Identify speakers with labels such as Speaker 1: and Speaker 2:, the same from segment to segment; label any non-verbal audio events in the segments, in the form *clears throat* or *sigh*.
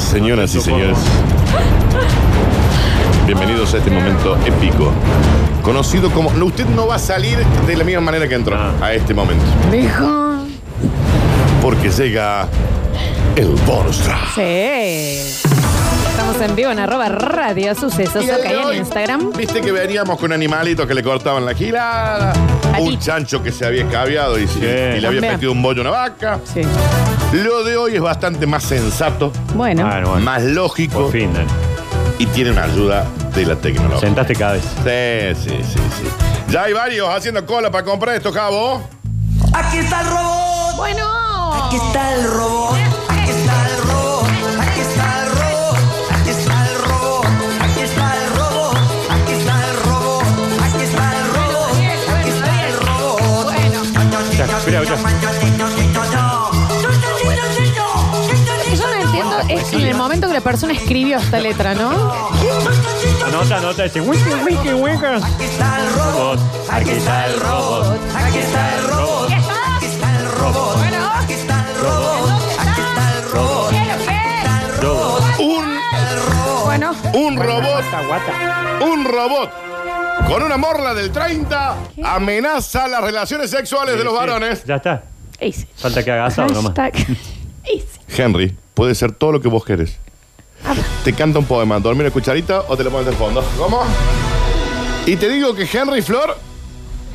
Speaker 1: Señoras y señores, bienvenidos a este momento épico, conocido como... No, usted no va a salir de la misma manera que entró
Speaker 2: Ah.
Speaker 1: a este momento,
Speaker 3: Dijo.
Speaker 1: porque llega el bonus track.
Speaker 3: Sí. Estamos en vivo en arroba radio sucesos.
Speaker 1: Y el
Speaker 3: Ok,
Speaker 1: de hoy,
Speaker 3: en Instagram.
Speaker 1: Viste que veníamos con animalitos que le cortaban la gilada, un
Speaker 3: Patito.
Speaker 1: chancho que se había escabeado y, y le había
Speaker 3: También.
Speaker 1: metido un bollo a una vaca.
Speaker 3: Sí.
Speaker 1: Lo de hoy es bastante más sensato,
Speaker 3: Bueno.
Speaker 2: Ah, Bueno, bueno.
Speaker 1: más lógico
Speaker 2: Por fin, Dani.
Speaker 1: y tiene una ayuda de la tecnología.
Speaker 2: Sentaste cabeza.
Speaker 1: Sí, sí, sí, sí. Ya hay varios haciendo cola para comprar esto, Javo.
Speaker 4: Aquí está el robot.
Speaker 3: Bueno.
Speaker 4: Aquí está el robot. Aquí está el robot. Aquí está el robot. Aquí está el robot. Aquí está el robot. Aquí está el robot. Aquí está el robot. Aquí está el robot.
Speaker 2: Ya, mira, mira.
Speaker 3: Yo no entiendo,
Speaker 2: Pues
Speaker 3: es en el momento que la persona escribió esta letra, ¿no?
Speaker 2: Anota, anota ese wiki, wiki, wiki.
Speaker 4: Aquí está el robot. Aquí está el robot. Aquí está el robot. Aquí está el robot. Aquí está el robot. Aquí está el robot.
Speaker 1: Un,
Speaker 3: Bueno.
Speaker 1: un robot,
Speaker 2: Guata, guata.
Speaker 1: un robot. Con una morla del 30 amenaza las relaciones sexuales de los
Speaker 2: Sí, sí.
Speaker 1: varones.
Speaker 2: Ya está.
Speaker 3: Easy.
Speaker 2: Falta que hagas algo nomás.
Speaker 3: Hashtag.
Speaker 2: *laughs*
Speaker 3: Easy.
Speaker 1: Henry, puede ser todo lo que vos querés. Te canta un poema, dormir la cucharita o te lo pones al fondo. ¿Cómo? Y te digo que Henry Flor,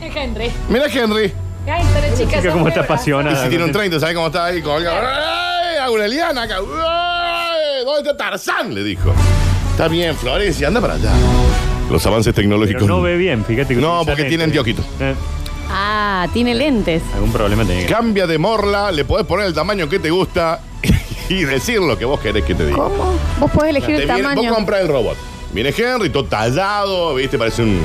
Speaker 3: Henry.
Speaker 1: mira Henry,
Speaker 3: Ahí está la chica.
Speaker 2: Chica, cómo está
Speaker 1: y
Speaker 2: apasionada.
Speaker 1: si tiene un 30, ¿sabes cómo está ahí? Colga. ¡Ay! A una liana acá. ¡Ay! ¿Dónde está Tarzán? Le dijo. Está bien, Florencia, anda para allá. Los avances
Speaker 2: Pero
Speaker 1: tecnológicos.
Speaker 2: no ve bien, fíjate. que
Speaker 1: No,
Speaker 2: utiliza
Speaker 1: porque tiene
Speaker 2: lentes.
Speaker 1: anteojitos.
Speaker 2: Eh,
Speaker 3: Ah, tiene lentes.
Speaker 2: Algún problema tenía. que-
Speaker 1: Cambia de morla, le podés poner el tamaño que te gusta *laughs* y decir lo que vos querés que te diga.
Speaker 3: ¿Cómo? Vos podés
Speaker 1: Te
Speaker 3: elegir el
Speaker 1: viene- vos
Speaker 3: tamaño.
Speaker 1: compras el robot. Viene Henry, todo tallado, ¿viste? Parece un.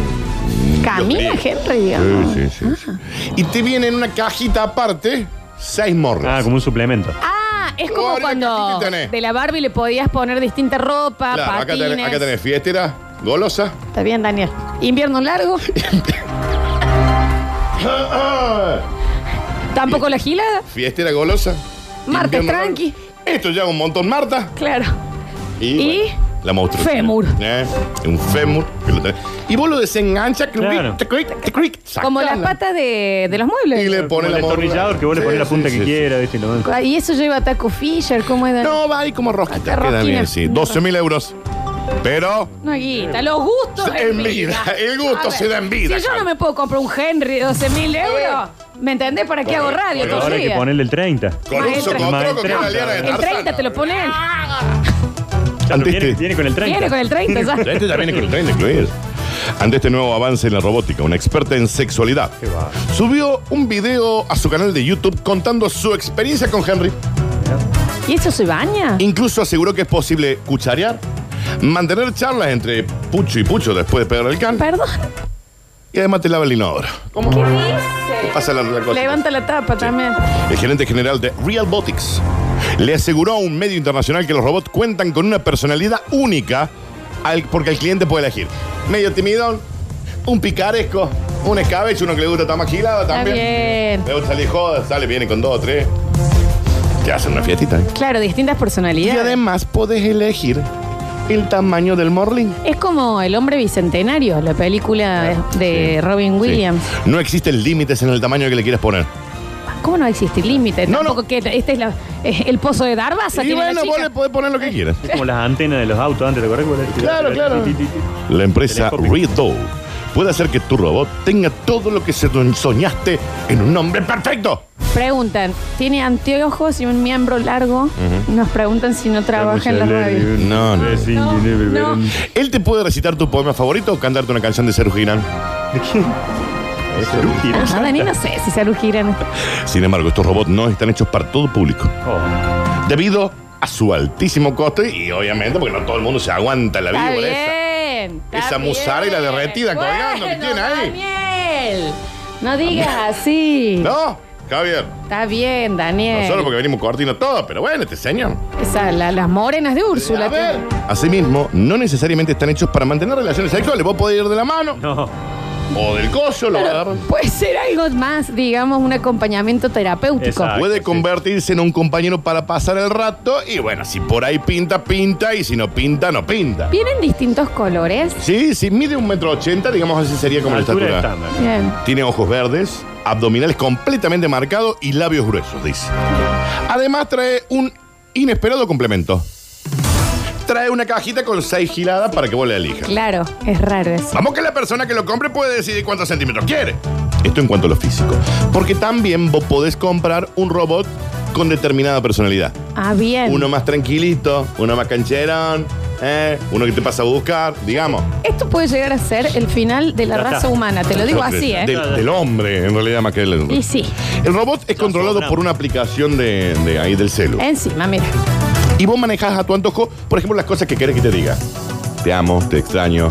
Speaker 3: Camina
Speaker 1: Dios mío.
Speaker 3: Henry, Ah. digamos.
Speaker 1: Sí, sí, sí, sí. Y te viene en una cajita aparte seis morlas.
Speaker 2: Ah, como un suplemento.
Speaker 3: Ah, es como
Speaker 1: Ahora,
Speaker 3: cuando
Speaker 1: ¿qué tenés?
Speaker 3: de la Barbie le podías poner distinta ropa,
Speaker 1: Claro, acá
Speaker 3: patines.
Speaker 1: tenés, acá tenés fiestera, golosa. *clears throat*
Speaker 3: Está bien, Daniel. Invierno *laughs* largo,
Speaker 1: Ah,
Speaker 3: tampoco la gilada.
Speaker 1: Fiestera golosa.
Speaker 3: Martes
Speaker 1: Invierno-
Speaker 3: tranqui.
Speaker 1: Esto ya un montón Marta.
Speaker 3: Claro.
Speaker 1: Y,
Speaker 3: Y
Speaker 1: bueno, la monstruo.
Speaker 3: fémur.
Speaker 1: Eh, Un fémur. que lo tenés. Y vos lo desenganchas. clic,
Speaker 2: Claro.
Speaker 1: tic, clic, tic, clic,
Speaker 3: Como las
Speaker 1: sacala.
Speaker 3: patas de, de los
Speaker 1: Y
Speaker 3: muebles.
Speaker 1: le pone
Speaker 2: Como
Speaker 1: la
Speaker 2: el
Speaker 1: morla.
Speaker 2: destornillador que vos le
Speaker 1: Sí,
Speaker 2: ponés la
Speaker 1: sí,
Speaker 2: punta
Speaker 1: sí,
Speaker 2: que
Speaker 1: sí.
Speaker 2: quiera, ¿viste? Lo-
Speaker 3: Ah, Y eso lleva a Taco Fisher, ¿cómo es? Daniel?
Speaker 1: No, va ahí como rosquita.
Speaker 3: Hasta
Speaker 1: Queda
Speaker 3: rosquina.
Speaker 1: bien, sí. 12 mil euros. Pero.
Speaker 3: No hay guita, los gustos
Speaker 1: En vida. El gusto
Speaker 3: A
Speaker 1: se da en vida,
Speaker 3: Si yo
Speaker 1: Carlos.
Speaker 3: no me puedo comprar un Henry de 12 mil euros, ¿me entendés? ¿Para qué hago
Speaker 1: Correcto,
Speaker 3: radio
Speaker 1: correcto.
Speaker 3: todos
Speaker 2: Ahora
Speaker 3: los
Speaker 2: hay que
Speaker 3: días?
Speaker 2: ponerle el 30.
Speaker 1: Con un
Speaker 3: Maestra.
Speaker 1: socotroco que
Speaker 2: Maestra.
Speaker 1: una liana de
Speaker 3: El
Speaker 1: Tarzán.
Speaker 3: 30 te lo ponen.
Speaker 2: Ya,
Speaker 1: Ante
Speaker 2: Viene,
Speaker 1: este-
Speaker 2: viene con el 30.
Speaker 3: Viene con el 30
Speaker 1: *laughs* Ya
Speaker 3: ya.
Speaker 1: Este ya viene con el tren incluido. Ante este nuevo avance en la robótica, una experta en sexualidad
Speaker 2: va.
Speaker 1: subió un video a su canal de YouTube contando su experiencia con Henry.
Speaker 3: ¿Y eso se baña?
Speaker 1: Incluso aseguró que es posible cucharear, mantener charlas entre pucho y pucho después de pegar el can
Speaker 3: Perdón.
Speaker 1: y además te lava el inodoro. ¿Cómo?
Speaker 3: ¿Qué dice?
Speaker 1: Pasa la, la cosa.
Speaker 3: Levanta la tapa también.
Speaker 1: El gerente general de Real Botics le aseguró a un medio internacional que los robots cuentan con una personalidad única al- porque el cliente puede elegir. Medio timidón, un picaresco, un escabeche, uno que le gusta estar más gilado
Speaker 3: Está
Speaker 1: también.
Speaker 3: bien.
Speaker 1: Le gusta salir joda, sale, viene con dos o tres. Te hacen una fiestita. ¿eh?
Speaker 3: Claro, distintas
Speaker 1: Y
Speaker 3: personalidades.
Speaker 1: además podés elegir el tamaño del morlin.
Speaker 3: Es como El hombre bicentenario, la película de Robin Williams.
Speaker 1: Sí. No existen límites en el tamaño que le quieras poner.
Speaker 3: ¿Cómo no existe límite?
Speaker 1: No,
Speaker 3: Tampoco
Speaker 1: no.
Speaker 3: que este es la- eh, el pozo de Darbaza.
Speaker 1: Y
Speaker 3: tiene la
Speaker 1: bueno,
Speaker 3: chica.
Speaker 1: vos le podés poner lo que quieras.
Speaker 2: Es como las antenas de los autos antes, ¿te acordás?
Speaker 1: Claro, claro.
Speaker 2: Ti, ti, ti, ti.
Speaker 1: La empresa
Speaker 2: Telescópico.
Speaker 1: Redo puede hacer que tu robot tenga todo lo que se soñaste en un hombre perfecto.
Speaker 3: Preguntan, tiene anteojos y un miembro largo. Nos preguntan si no trabaja en la radio.
Speaker 1: No, no.
Speaker 2: No,
Speaker 3: no.
Speaker 1: Él te puede recitar tu poema favorito o cantarte una canción de Sergio Girán.
Speaker 3: Ah, Dani, no sé si se Girán.
Speaker 1: Sin embargo, estos robots no están hechos para todo público.
Speaker 2: Oh,
Speaker 1: Debido a su altísimo coste y obviamente porque no todo el mundo se aguanta la
Speaker 3: Está
Speaker 1: víbora esa.
Speaker 3: bien. está
Speaker 1: Esa
Speaker 3: bien.
Speaker 1: mozzarella derretida
Speaker 3: Bueno,
Speaker 1: colgando que tiene ahí.
Speaker 3: Daniel, no digas así.
Speaker 1: No, Javier.
Speaker 3: Está bien, Daniel.
Speaker 1: No solo porque venimos cortina todo, pero bueno, este señor.
Speaker 3: Esa, la- las morenas de Úrsula.
Speaker 1: A ver. Asimismo, no necesariamente están hechos para mantener relaciones sexuales. Vos podés ir de la mano.
Speaker 2: no.
Speaker 1: o del coso, lo va a
Speaker 3: Claro,
Speaker 1: agarrar.
Speaker 3: puede ser algo más, digamos, un acompañamiento terapéutico.
Speaker 2: Exacto.
Speaker 1: Puede
Speaker 2: sí.
Speaker 1: convertirse en un compañero para pasar el rato y bueno, si por ahí pinta, pinta y si no pinta, no pinta.
Speaker 3: Vienen distintos colores.
Speaker 1: Sí, si mide un metro ochenta, digamos así sería como la
Speaker 2: Altura
Speaker 1: estatura.
Speaker 2: estándar.
Speaker 3: Bien.
Speaker 1: Tiene ojos verdes, abdominales completamente marcados y labios gruesos, dice. Además trae un inesperado complemento. Trae una cajita con seis giladas para que vos la elijas.
Speaker 3: Claro, es raro eso.
Speaker 1: Vamos que la persona que lo compre puede decidir cuántos centímetros quiere. Esto en cuanto a lo físico. Porque también vos podés comprar un robot con determinada personalidad.
Speaker 3: Ah, bien.
Speaker 1: Uno más tranquilito, uno más cancherón, ¿eh? uno que te pasa a buscar, digamos.
Speaker 3: Esto puede llegar a ser el final de la
Speaker 2: Ya está.
Speaker 3: raza humana, te lo digo así, ¿eh?
Speaker 1: Del, del hombre, en realidad, más que del
Speaker 3: Y sí,
Speaker 1: El robot es controlado por una aplicación de, de ahí del celu.
Speaker 3: encima, mira.
Speaker 1: Y vos manejás a tu antojo, por ejemplo, las cosas que querés que te diga. Te amo, te extraño,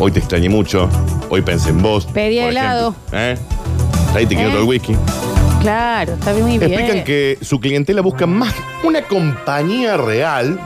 Speaker 1: hoy te extrañé mucho, hoy pensé en vos.
Speaker 3: Pedí
Speaker 1: por
Speaker 3: helado.
Speaker 1: ejemplo. ¿Eh? Ahí te quedó
Speaker 3: ¿Eh?
Speaker 1: todo el whisky.
Speaker 3: Claro, está muy bien.
Speaker 1: Explican que su clientela busca más una compañía real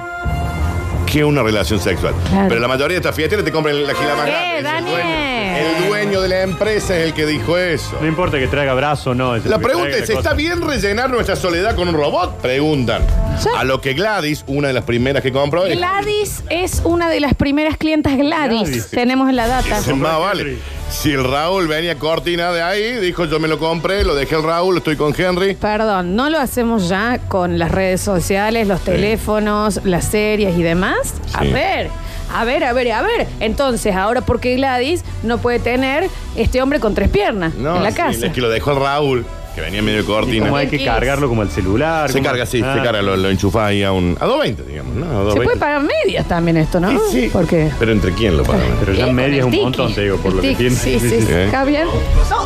Speaker 1: que una relación sexual.
Speaker 3: Claro.
Speaker 1: Pero la mayoría de estas fiesteras te compran la gila más
Speaker 3: ¡Eh,
Speaker 1: grande. Es el dueño.
Speaker 3: Daniel!
Speaker 1: El dueño de la empresa es el que dijo eso.
Speaker 2: No importa que traiga brazo o no. es
Speaker 1: La
Speaker 2: lo que
Speaker 1: pregunta
Speaker 2: traiga
Speaker 1: es,
Speaker 2: la
Speaker 1: ¿está
Speaker 2: cosa.
Speaker 1: bien rellenar nuestra soledad con un robot? Preguntan.
Speaker 3: Sí.
Speaker 1: A lo que Gladys, una de las primeras que compró, es-
Speaker 3: Gladys es una de las primeras clientas Gladys.
Speaker 2: Gladys.
Speaker 3: Tenemos la data.
Speaker 1: Dice, más vale.
Speaker 2: Henry.
Speaker 1: Si el Raúl venía cortina de ahí, dijo yo me lo compré, lo dejé el Raúl, estoy con Henry.
Speaker 3: Perdón, no lo hacemos ya con las redes sociales, los teléfonos, las series y demás. A
Speaker 1: Sí.
Speaker 3: ver, a ver, a ver, a ver. Entonces, ahora por qué Gladys no puede tener este hombre con tres piernas
Speaker 1: No,
Speaker 3: en la
Speaker 1: sí,
Speaker 3: casa.
Speaker 1: es que lo dejó el Raúl, que venía medio
Speaker 2: ¿Y
Speaker 1: cortina.
Speaker 2: cómo hay que
Speaker 3: Tranquilos.
Speaker 2: cargarlo como el celular?
Speaker 1: Se
Speaker 2: ¿Cómo?
Speaker 1: carga, sí,
Speaker 2: Ah,
Speaker 1: se carga, lo, lo enchufás ahí a un. A 220, digamos, ¿no? A
Speaker 3: Se
Speaker 1: 220.
Speaker 3: puede pagar medias también esto, ¿no?
Speaker 1: Sí, sí.
Speaker 3: Porque
Speaker 1: Pero entre quién lo pagan.
Speaker 2: Pero ya
Speaker 3: Eh,
Speaker 2: media es
Speaker 3: con
Speaker 2: un
Speaker 3: el
Speaker 2: montón,
Speaker 3: tiki.
Speaker 2: te digo, por
Speaker 3: El
Speaker 2: lo que
Speaker 3: tiki,
Speaker 2: tiene.
Speaker 3: Sí, sí, sí.
Speaker 1: ¿Eh?
Speaker 3: Javier,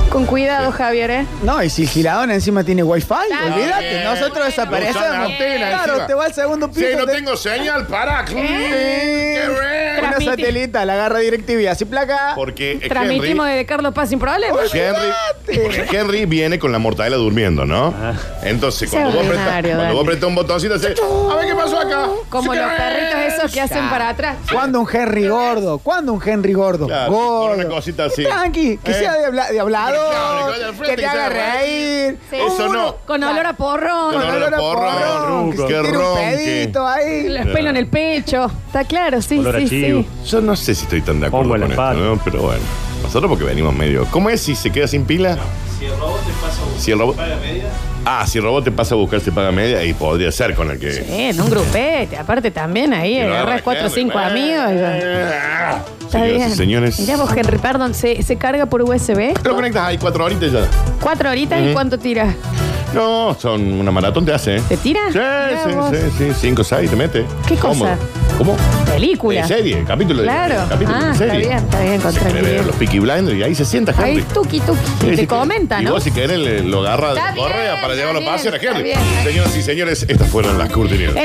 Speaker 3: con cuidado, Javier, ¿eh?
Speaker 5: No, y si el giladón encima tiene wifi,
Speaker 3: Claro.
Speaker 5: olvídate, nosotros
Speaker 1: Usan
Speaker 5: desaparecemos.
Speaker 1: antena encima.
Speaker 5: Claro, te va al segundo
Speaker 1: Sí,
Speaker 5: piso.
Speaker 1: no
Speaker 5: te-
Speaker 1: tengo señal, para.
Speaker 5: ¿Eh? Una
Speaker 3: Transmití.
Speaker 5: satelita, la agarra DirecTV, así placa.
Speaker 1: Porque eh, Henry,
Speaker 3: Transmitimos desde Carlos Paz sin problema.
Speaker 1: Henry, porque Henry viene con la mortadela durmiendo, ¿no? Entonces,
Speaker 3: Sea
Speaker 1: cuando vos,
Speaker 3: ordinario,
Speaker 1: apretás, cuando
Speaker 3: Dani.
Speaker 1: vos apretás un botoncito, hace, a ver qué pasó acá.
Speaker 3: Como
Speaker 1: Sí,
Speaker 3: los
Speaker 1: que-
Speaker 3: perritos esos que hacen para atrás.
Speaker 5: ¿Cuándo un Henry gordo? ¿Cuándo un Henry gordo?
Speaker 1: Claro,
Speaker 5: gordo.
Speaker 1: con una cosita así.
Speaker 5: Tranqui, que
Speaker 1: Eh.
Speaker 5: sea de, habla- de
Speaker 1: Claro,
Speaker 5: hablador,
Speaker 1: que vaya al frente
Speaker 5: que
Speaker 1: y
Speaker 5: te
Speaker 1: se
Speaker 5: haga
Speaker 1: haga
Speaker 5: reír.
Speaker 3: Sí.
Speaker 1: Eso
Speaker 5: Uno,
Speaker 1: no.
Speaker 3: Con olor a
Speaker 1: Con
Speaker 3: porrón.
Speaker 5: Con
Speaker 1: olor
Speaker 5: olor
Speaker 1: a
Speaker 5: a
Speaker 1: porro,
Speaker 5: porrón, que se
Speaker 1: que
Speaker 5: tire un
Speaker 1: ronque.
Speaker 5: pedito ahí.
Speaker 3: Los pelos en el pecho. Está claro, sí,
Speaker 2: Olor a
Speaker 3: sí,
Speaker 2: chivo.
Speaker 3: sí.
Speaker 1: Yo no sé si estoy tan de acuerdo
Speaker 2: Pongo
Speaker 1: con
Speaker 2: la
Speaker 1: esto,
Speaker 2: pata.
Speaker 1: ¿no? Pero bueno. Nosotros porque venimos medio. ¿Cómo es si se queda sin pila? Si el robot te pasa a buscar, Ah, si el robot te pasa a buscar, se paga media y podría ser con el que.
Speaker 3: Eh, en un grupete, aparte también ahí,
Speaker 1: que lo
Speaker 3: agarras
Speaker 1: agarra
Speaker 3: cuatro o
Speaker 1: Henry.
Speaker 3: cinco amigos. y ya.
Speaker 1: Ah,
Speaker 3: Está
Speaker 1: señoras y
Speaker 3: bien.
Speaker 1: Señores.
Speaker 3: Mirá vos, Henry, perdón, se, se carga por USB.
Speaker 1: Lo conectas ahí cuatro horitas y ya.
Speaker 3: ¿Cuatro horitas y cuánto tira?
Speaker 1: No, son una maratón te hace, ¿eh?
Speaker 3: ¿Te tira?
Speaker 1: Sí,
Speaker 3: Mirá
Speaker 1: sí,
Speaker 3: vos.
Speaker 1: sí, sí. Cinco, seis, te mete.
Speaker 3: ¿Qué cosa?
Speaker 1: Cómodo. ¿Cómo?
Speaker 3: Película.
Speaker 1: De serie, capítulo de
Speaker 3: Claro.
Speaker 1: capítulo
Speaker 3: Ah,
Speaker 1: de
Speaker 3: está
Speaker 1: serie.
Speaker 3: bien, está bien, con
Speaker 1: Se quiere ver
Speaker 3: tranquilidad.
Speaker 1: Los Peaky Blinders y ahí se sienta Henry.
Speaker 3: Ahí tuki tuki.
Speaker 1: Sí,
Speaker 3: te
Speaker 1: sí,
Speaker 3: comenta,
Speaker 1: y
Speaker 3: ¿no?
Speaker 1: vos si querés le- lo agarra de
Speaker 3: Está
Speaker 1: la correa
Speaker 3: bien,
Speaker 1: para
Speaker 3: está
Speaker 1: llevarlo a
Speaker 3: bien,
Speaker 1: pasear a
Speaker 3: está
Speaker 1: Henry.
Speaker 3: bien.
Speaker 1: Señoras y señores, estas fueron las curtinieras.